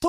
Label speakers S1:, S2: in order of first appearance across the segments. S1: ト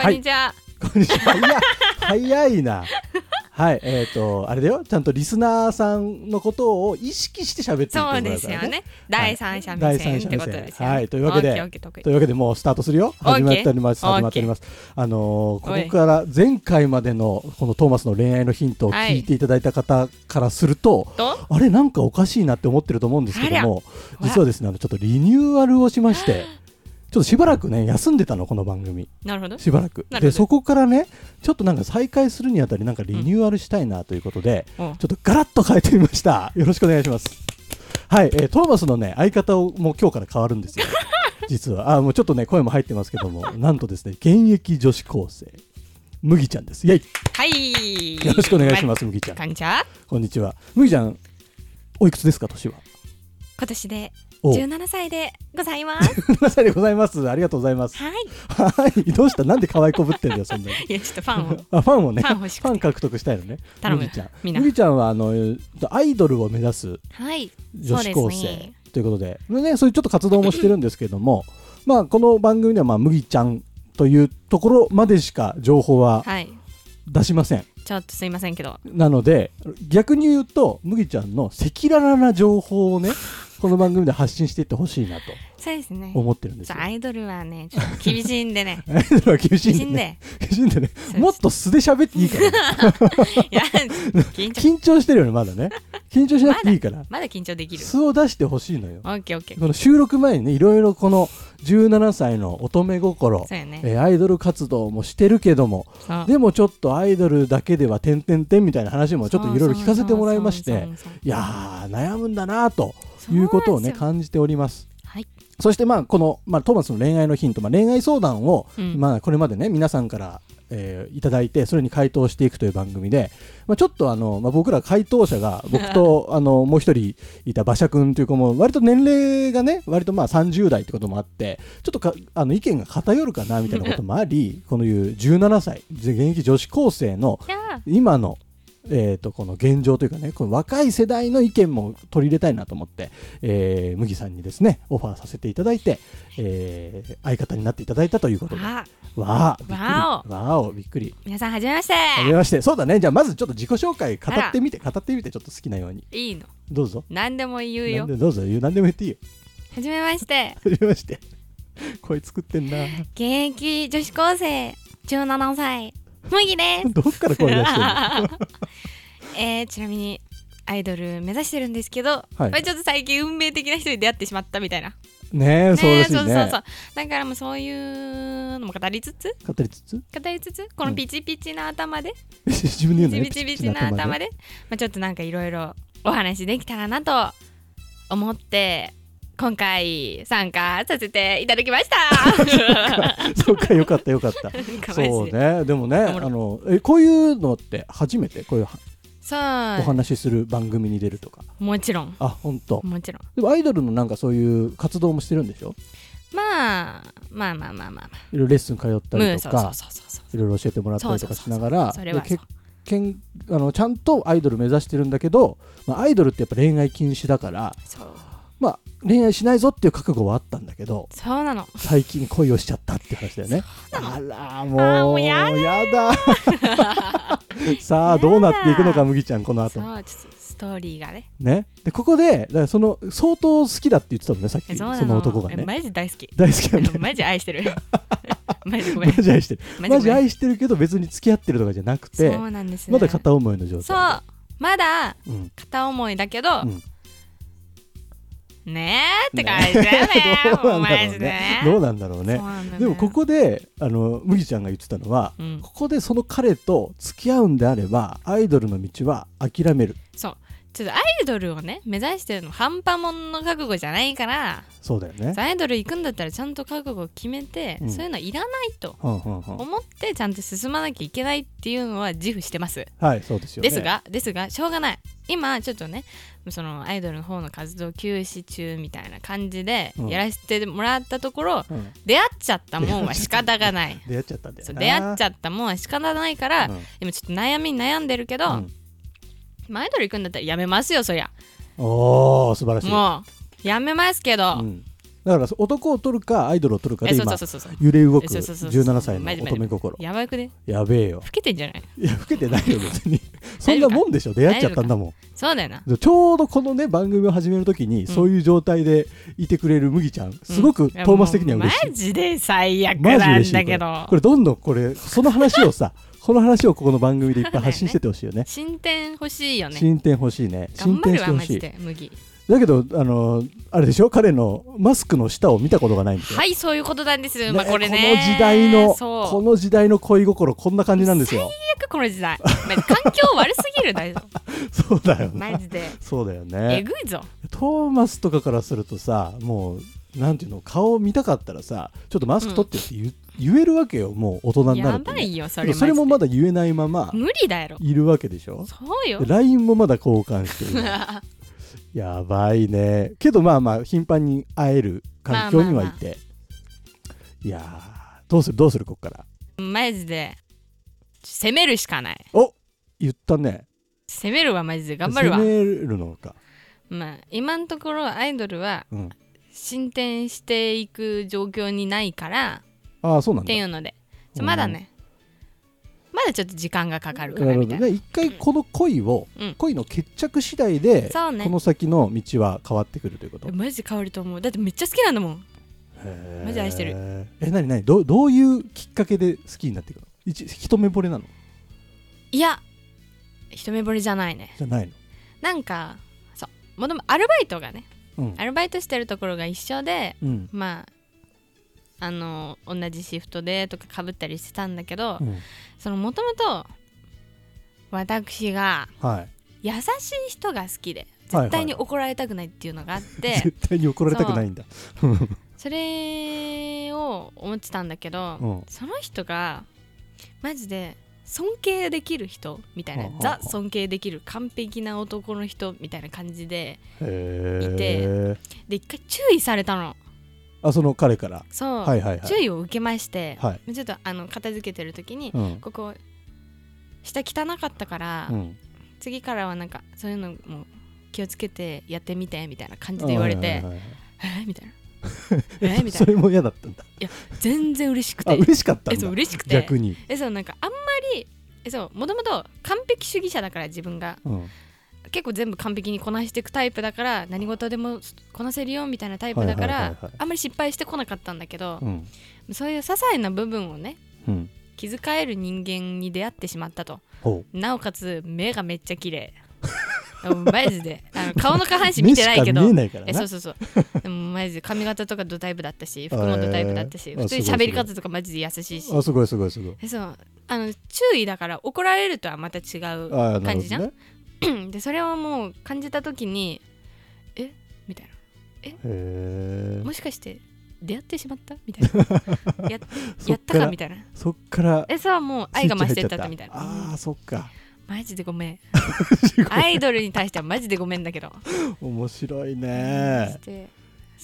S2: こんにちは。
S3: こんにちは。いや、早いな。はい、えっ、と、あれだよ、ちゃんとリスナーさんのことを意識して喋ってるってこ
S2: そ
S3: とだ
S2: う
S3: から
S2: ですよね。第三者目
S3: 第
S2: 線っ
S3: 三者
S2: て
S3: 目
S2: こと
S3: 線
S2: ですよね。
S3: はいというわけで
S2: オッケーオッケー得意
S3: というわけでもうスタートするよ。始まっております。
S2: OK
S3: 始まっております。あのーここから前回までのこのトーマスの恋愛のヒントを聞いていただいた方からすると、
S2: と
S3: あれなんかおかしいなって思ってると思うんですけども、
S2: あら
S3: 実はですね、あのちょっとリニューアルをしまして、ちょっとしばらくね休んでたのこの番組。
S2: なるほど。
S3: しばらく
S2: なるほど
S3: でそこからねちょっとなんか再開するにあたりなんかリニューアルしたいなということで、
S2: うん
S3: ちょっとガラッと変えてみましたよろしくお願いしますはい、えートーマスのね相方をもう今日から変わる んですよ実はあもうちょっとね声も入ってますけどもなんとですね現役女子高生麦ちゃんですイエイ
S2: はい。
S3: よろしくお願いします麦ちゃん
S2: こんにちは。
S3: こんにちは麦ちゃんおいくつですか年は
S2: 今年で
S3: お
S2: 十七歳でござい ます。
S3: 7歳で ございますありがとうございます
S2: はい。
S3: はいどうしたなんで可愛いこぶってんだよそんなに
S2: いやちょっとファン を
S3: あファンをね
S2: ファン欲しくて
S3: 獲得したいのね
S2: 頼む
S3: 麦ちゃん
S2: みんな
S3: 麦ちゃんはあのえっとアイドルを目指す
S2: はい。
S3: 女子高
S2: そうで
S3: 生、
S2: すね
S3: ということででねそういうちょっと活動もしてるんですけ どもまあこの番組ではまあ麦ちゃんというところまでしか情報は
S2: はい。
S3: 出しません、
S2: ちょっとすいませんけど。
S3: なので逆に言うと麦ちゃんの赤裸々な情報 をねこの番組で発信していってほしいなと
S2: そうですね。
S3: 思ってるんです
S2: ちょ
S3: よ。
S2: アイドルはね、ちょっと厳しいんでね
S3: アイドルは厳
S2: 厳
S3: しい
S2: しい
S3: ん
S2: ん
S3: でね
S2: で。
S3: 厳しいんでね
S2: す
S3: もっと素で喋っていいか ら
S2: いや、緊張。
S3: 緊張してるよねまだね緊張しなくていいから
S2: まだ緊張できる。
S3: 素を出してほしいのよ
S2: オッケーオッケー。
S3: この収録前にねいろいろこの17歳の乙女心、
S2: そうよね。
S3: えーアイドル活動もしてるけども
S2: そう。
S3: でもちょっとアイドルだけでは点々点みたいな話もちょっといろいろ聞かせてもらいまし
S2: そうそう
S3: て
S2: そうそう
S3: いやー悩むんだなということを
S2: そう
S3: ね
S2: なん
S3: 感じております
S2: ですよはい。
S3: そしてまあこの、まあ、トーマスの恋愛のヒント、まあ、恋愛相談を、
S2: うん
S3: まあ、これまでね皆さんから、えーいただいてそれに回答していくという番組で、まあ、ちょっとあの、まあ、僕ら回答 者が僕とあのもう一人いた馬車君という子も割と年齢がね割とまあ30代ってこともあってちょっとかあの意見が偏るかなみたいなこともあ りこのいう17歳現役女子高生の
S2: じゃあ、
S3: 今の、えー、とこの現状というかねこの若い世代の意見も取り入れたいなと思って、えー、麦さんにですねオファーさせていただいて、えー相方になっていただいたということでわ
S2: あ
S3: あびっくり
S2: わ
S3: わおびっくり
S2: 皆さん、はじめまして。
S3: はじめましてそうだねじゃあまずちょっと自己紹介語ってみて語ってみてちょっと好きなように
S2: いいの。
S3: どうぞ
S2: 何でも言う
S3: 何
S2: よ。
S3: でどうぞ言う何でも言っていいよ
S2: はじめまして。
S3: はじめまして声作っ てんな
S2: 現役女子高生、17歳、麦で
S3: どっから声出して んの
S2: す。えー、ちなみに、アイドル目指してるんですけど、
S3: はい
S2: まあちょっと最近運命的な人に出会ってしまったみたいな。
S3: ねえそうらしい
S2: そうそう
S3: ね
S2: そう。だからもうそういうのも語りつつ、
S3: 語りつつ
S2: 語りつつ、このピチピチな頭で、
S3: 自分で言うのね
S2: ビチビチビチな頭で、まあ、ちょっとなんかいろいろお話できたらなと思って今回参加させていただきました
S3: そうかよかったよか った
S2: かわいそ
S3: そううねでもね
S2: おも
S3: あ
S2: ろ
S3: のえこういうのって初めてこういうはお
S2: そう
S3: 話しする番組に出るとか
S2: もちろん
S3: あ本当
S2: もちろん
S3: でもアイドルのなんかそういう活動もしてるんでしょ
S2: まあまあまあまあまあまあ
S3: いろいろレッスン通った
S2: う
S3: り
S2: ん
S3: と
S2: そうそ
S3: か
S2: うそうそうそう
S3: いろいろ教えてもらったりとかしながら
S2: そうそうそうそうそれは
S3: でけけんあのちゃんとアイドル目指してるんだけど、まあ、アイドルってやっぱ恋愛禁止だから、
S2: そう
S3: まあ、恋愛しないぞっていう覚悟はあったんだけど
S2: そうなの
S3: 最近恋をしちゃったっていう話だよねあらもう
S2: あーもうやだ
S3: だ さあどうなっていくのか麦ちゃんこの
S2: そ
S3: 後
S2: うちょっとストーリーがね
S3: ね、でここでだからその相当好きだって言ってたもんねさっ
S2: え
S3: き
S2: そうな
S3: そ
S2: の
S3: の男が
S2: え
S3: ね
S2: マジ大好 き
S3: 大好きなんだよ
S2: マジ愛してる マジごめ
S3: マ
S2: ん
S3: ジ愛してる
S2: マジごめん
S3: マジ愛してるけど別に付き合ってるとかじゃなくて
S2: そうなんですね
S3: まだ片思いの状態
S2: そうまだ
S3: う、ん、
S2: 片思いだけど、
S3: うん
S2: ねえって感じだよね
S3: どうなんだろう
S2: マジで
S3: ね
S2: ね
S3: どうなんだろうね
S2: そうなんだよね
S3: でもここであの麦ちゃんが言ってたのは、
S2: うん
S3: ここでその彼と付き合うんであればアイドルの道は諦める
S2: そうちょっとアイドルをね目指してるの半端もんの覚悟じゃないから
S3: そうだよね。
S2: アイドル行くんだったらちゃんと覚悟を決めて、
S3: うん
S2: そういうのいらないと
S3: うんうんうん
S2: 思ってちゃんと進まなきゃいけないっていうのは自負してます。
S3: はい、そうですよね。
S2: ですがですがしょうがない今ちょっとねそのアイドルの方の活動休止中みたいな感じで
S3: うん
S2: やらせてもらったところ、
S3: うん、
S2: 出会っちゃったもんは仕方が ない
S3: 出会っちゃったんだよ
S2: そう出会っち
S3: ゃ
S2: ゃ
S3: っ
S2: ったもんは仕方ないから、
S3: うん
S2: 今ちょっと悩みに悩んでるけど、
S3: うん
S2: まあアイドル行くんだったらやめますよそりゃ
S3: おー、素晴らしい。
S2: もうやめますけど、
S3: うんだから男を取るかアイドルを取るか
S2: え
S3: で
S2: そうそ
S3: 今
S2: うそうそうそう
S3: 揺れ動く
S2: えそうそうそう
S3: 17歳
S2: マジマ
S3: の
S2: ジ
S3: 乙女心
S2: やばくね
S3: やべえよ
S2: 老けてんじゃない
S3: いや老けてないよ 別にそんなもんでしょ出会っちゃったんだも
S2: そうだよなん
S3: ちょうどこのね番組を始めるときにそういう状態でいてくれる麦ちゃんすごく
S2: いや
S3: トーマス的には嬉し
S2: もうマ
S3: い
S2: ジで最悪
S3: マジ
S2: な
S3: 嬉
S2: ん
S3: しい
S2: だ
S3: こ
S2: け
S3: れ
S2: ど
S3: これどんどんこれその話 をさこの話をここの番組でいっぱい発信してってほしいよね
S2: 進展欲しいよね
S3: 進展欲しいね
S2: 頑
S3: 進
S2: 張
S3: 展
S2: る
S3: して
S2: わ
S3: ほ
S2: マ
S3: し
S2: ジ
S3: い
S2: で麦
S3: だけどあのあれでしょ彼のマスクの下を見たことがないんですよ
S2: はいそういうことなんです、
S3: ね
S2: まあこれね
S3: の時代の
S2: そう
S3: この時代の恋心こんな感じなんですよ
S2: 最悪この時代、まあ、環境悪すぎる だよ
S3: そうだよ
S2: マ
S3: ね
S2: ジで
S3: そうだよ
S2: え
S3: ね
S2: ぐいぞ
S3: トーマスとかからするとさもうなんていうの顔を見たかったらさちょっとマスク取ってって言,、言えるわけよもう大人にな
S2: や
S3: ると
S2: ば
S3: ね、
S2: いよそ
S3: で
S2: れ
S3: もそれもま
S2: だ
S3: だ言えないまま
S2: 無理だやろ
S3: いるわけでしょ
S2: そうよ
S3: で LINE もまだ交換してる やばいねけどまあまあ頻繁に会える環境にはいて、いやーどうするどうするこっから
S2: マジで攻めるしかない
S3: お言ったね
S2: 攻めるわマジで頑張るわ
S3: 攻めるのか
S2: まあ今のところアイドルは
S3: うん
S2: 進展していく状況にないから
S3: ああそうなん
S2: っ
S3: だ
S2: ていうのでちょまだねまだちょっと時間がかかるか
S3: な
S2: ら
S3: るほ
S2: み
S3: ど
S2: たいな
S3: ね一回この恋を、
S2: うん
S3: 恋の決着次第で、
S2: そうね
S3: この先の道は変わってくるということ
S2: マジ変わると思うだってめっちゃ好きなんだもん
S3: へー
S2: マジ愛してる
S3: えなになにどうどういうきっかけで好きになっていくの一一目惚れなの
S2: いや一目惚れじゃないね
S3: じゃない
S2: なんかそうもともアルバイトがね
S3: のうん
S2: アルバイトしてるところが一緒で
S3: うん
S2: まああの同じシフトでとかかぶったりしてたんだけど、
S3: うん
S2: そのもともと私が
S3: はい
S2: 優しい人が好きで
S3: はいはい
S2: 絶対に怒られたくないっていうのがあって、
S3: 絶対に怒られたくないんだ
S2: それを思ってたんだけど、
S3: うん
S2: その人がマジで尊敬できる人みたいな、
S3: うんうんうん
S2: ザ尊敬できる完璧な男の人みたいな感じでい
S3: へえ
S2: で一回注意されたの
S3: あその彼から
S2: そう、
S3: はいはいはい
S2: 注意を受けまして、
S3: はい
S2: ちょっとあの片付けてる時に、
S3: うん
S2: ここ下汚かったから、
S3: うん
S2: 次からはなんかそういうのも気をつけてやってみてみたいな感じで言われて
S3: はいはいはい
S2: 「えみたいな「えみた
S3: そ
S2: いな
S3: れも嫌だったんだ
S2: 全然嬉しく
S3: あ
S2: て
S3: 嬉しかった
S2: え
S3: ん
S2: そう
S3: だ
S2: 嬉しくて
S3: 逆に
S2: えそうなんかあんまりえそうもともと完璧主義者だから自分が
S3: うん
S2: 結構全部完璧にこなしていくタイプだから何事でもこなせるよみたいなタイプだか
S3: はいはい
S2: ら
S3: はいはい
S2: あんまり失敗してこなかったんだけど
S3: うん
S2: そういう些細な部分をね
S3: うん
S2: 気遣える人間に出会ってしまったと
S3: ほう
S2: なおかつ目がめっちゃ綺 麗でもマジであの顔の下半身見てないけど
S3: 目しか見えないからな
S2: えそうそうそうでもマジで髪型とかドタイプだった し服もドタイプだったし
S3: えー
S2: 普通に
S3: あすごい
S2: 喋り方とかマジで優しいし
S3: あすごいすごいすごい
S2: えそうあの注意だから怒られるとはまた違う
S3: あーな
S2: 感
S3: る
S2: じじゃ
S3: ほ
S2: ん、
S3: どね
S2: でそれをもう感じた時にえみたい
S3: へ
S2: な
S3: え
S2: もしかして出会ってしまったみたい なややったかみたいな
S3: そっから
S2: えそうもう愛が増してったってみたい
S3: あ
S2: な
S3: あーそっか
S2: マジでごめ んアイドルに対してはマジでごめんだけど
S3: 面白い
S2: そ
S3: ね
S2: して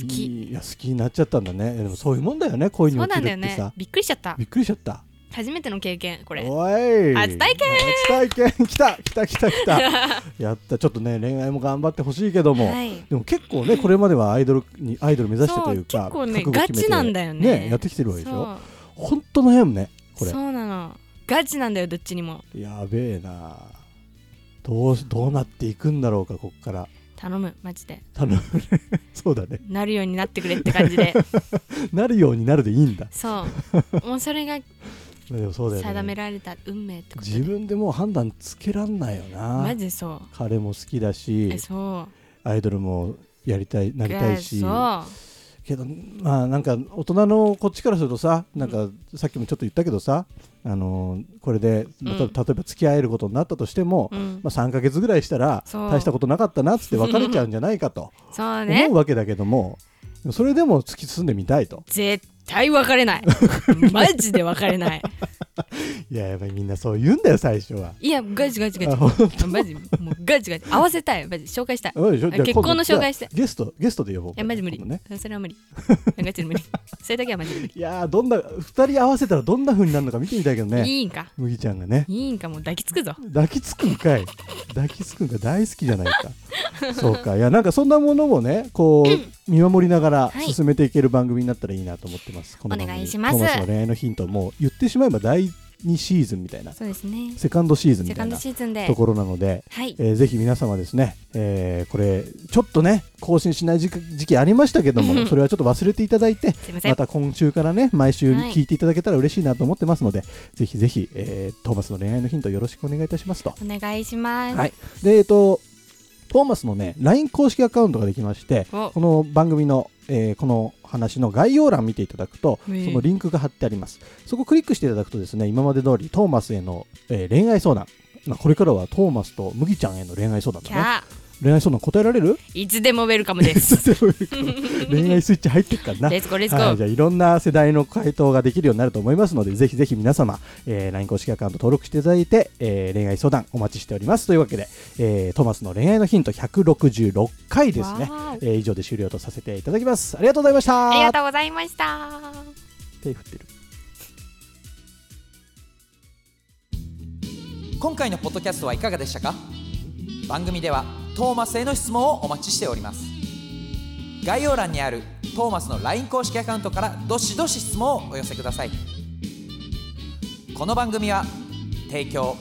S3: い
S2: 好き
S3: いいや好きになっちゃったんだねでもそういうもんだよね恋
S2: そ
S3: に
S2: う
S3: 落
S2: な
S3: ち
S2: ん
S3: る
S2: だよ
S3: って
S2: ね
S3: さ
S2: びっくりしちゃった
S3: びっくりしちゃった
S2: 初めての経験これ
S3: おい
S2: 初体験
S3: 初体験来た来た来た来た やったちょっとね恋愛も頑張ってほしいけども
S2: はい
S3: でも結構ねこれまではアイドルにアイドル目指してという
S2: そう
S3: か
S2: 結構ね
S3: 覚悟決めて
S2: ガチなんだよね
S3: やってきてるわけでしょ
S2: そ
S3: 本当悩むね
S2: う
S3: これ
S2: そうなのガチなんだよどっちにも
S3: やべえなどうしどうなっていくんだろうかこっから
S2: 頼むマジで
S3: 頼むね そうだね
S2: なるようになってくれって感じ で
S3: なるようになるでいいんだ
S2: そうもうそれが
S3: でもそうだよね
S2: 定められた運命ってこと
S3: 自分でもう判断つけらんないよな
S2: マジでそう
S3: 彼も好きだ
S2: え
S3: し
S2: そ
S3: アイドルもやりたいうなりたいし
S2: そう
S3: けどまあなんか大人のこっちからするとさなんかさっきもちょっと言ったけどさ、あのーこれで、まあた
S2: うん
S3: 例えば付き合えることになったとしても、
S2: うん
S3: まあ、3か月ぐらいしたら
S2: そう
S3: 大したことなかったなっつって別れちゃうんじゃないかと
S2: そう ね
S3: 思うわけだけども、それでも突き進んでみた いと
S2: 絶対別れない マジで別れない
S3: いややっぱりみんなそう言うんだよ最初は。
S2: いやガチガチガ
S3: あ
S2: チ
S3: ほんと
S2: マジもうガチガチ合わせたいマジ紹介したい
S3: うんじゃあ
S2: 結婚の
S3: じゃあ
S2: 紹介して
S3: じゃあゲストゲストで呼ぼう
S2: いやマジ無理、
S3: 今度ね
S2: それは無理ガチで無理それだけはマジで無理
S3: いやーどんな2人合わせたらどんな風になるのか見てみたいけどね
S2: いいんか
S3: 麦ちゃんがね
S2: いいんかもう抱きつくぞ
S3: 抱きつくんかい抱きつくんが大好きじゃないかそうかいやなんかそんなものもねこう見守りながら
S2: はい
S3: 進めていける番組になったらいいなと思ってます、この番組
S2: お願いします
S3: トーマスの恋愛のヒントもう言ってしまえば第2シーズンみたいな
S2: そうですね
S3: セカンドシーズン
S2: セ
S3: み
S2: カ
S3: たい
S2: ンド
S3: な
S2: シーズンで
S3: ところなので、
S2: はい
S3: えーぜひ皆様ですね、えーこれちょっとね更新しない時期時期ありましたけどもそれはちょっと忘れていただいて
S2: すいません
S3: また今週からね毎週
S2: はい
S3: 聞いていただけたら嬉しいなと思ってますので、ぜひぜひ、えートーマスの恋愛のヒントよろしくお願いいたしますと。
S2: お願いします
S3: はい、でえっとトーマスのね LINE 公式アカウントができまして
S2: お
S3: この番組の、えーこの話の概要欄見ていただくとそ
S2: へえ
S3: のリンクが貼ってありますそこクリックしていただくとですね今まで通りトーマスへの、えー恋愛相談まあこれからはトーマスと麦ちゃんへの恋愛相談
S2: キ
S3: だね
S2: ャー
S3: 恋愛相談答えられる
S2: いつでもウェルカムです
S3: 恋愛スイッチ入ってっから な
S2: レッツゴーレッツゴ
S3: はい、じ
S2: ー
S3: ゃあいろんな世代の回答ができるようになると思いますのでぜひぜひ皆様、えー LINE 公式アカウント登録していただいて、えー恋愛相談お待ちしておりますというわけで、えートーマスの恋愛のヒント166回ですね
S2: わー、
S3: えー以上で終了とさせていただきますありがとうございました
S2: ありがとうございました
S3: 手振ってる
S1: 今回のポッドキャストはいかがでしたか番組ではトーマスへの質問をお待ちしております概要欄にあるトーマスの LINE 公式アカウントからどしどし質問をお寄せくださいこの番組は提供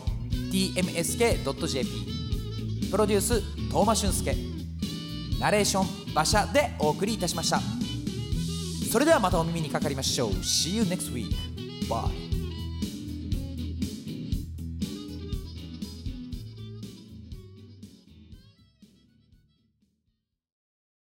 S1: tmsk.jp プロデューストーマ俊介ナレーション馬車でお送りいたしましたそれではまたお耳にかかりましょう See you next week Bye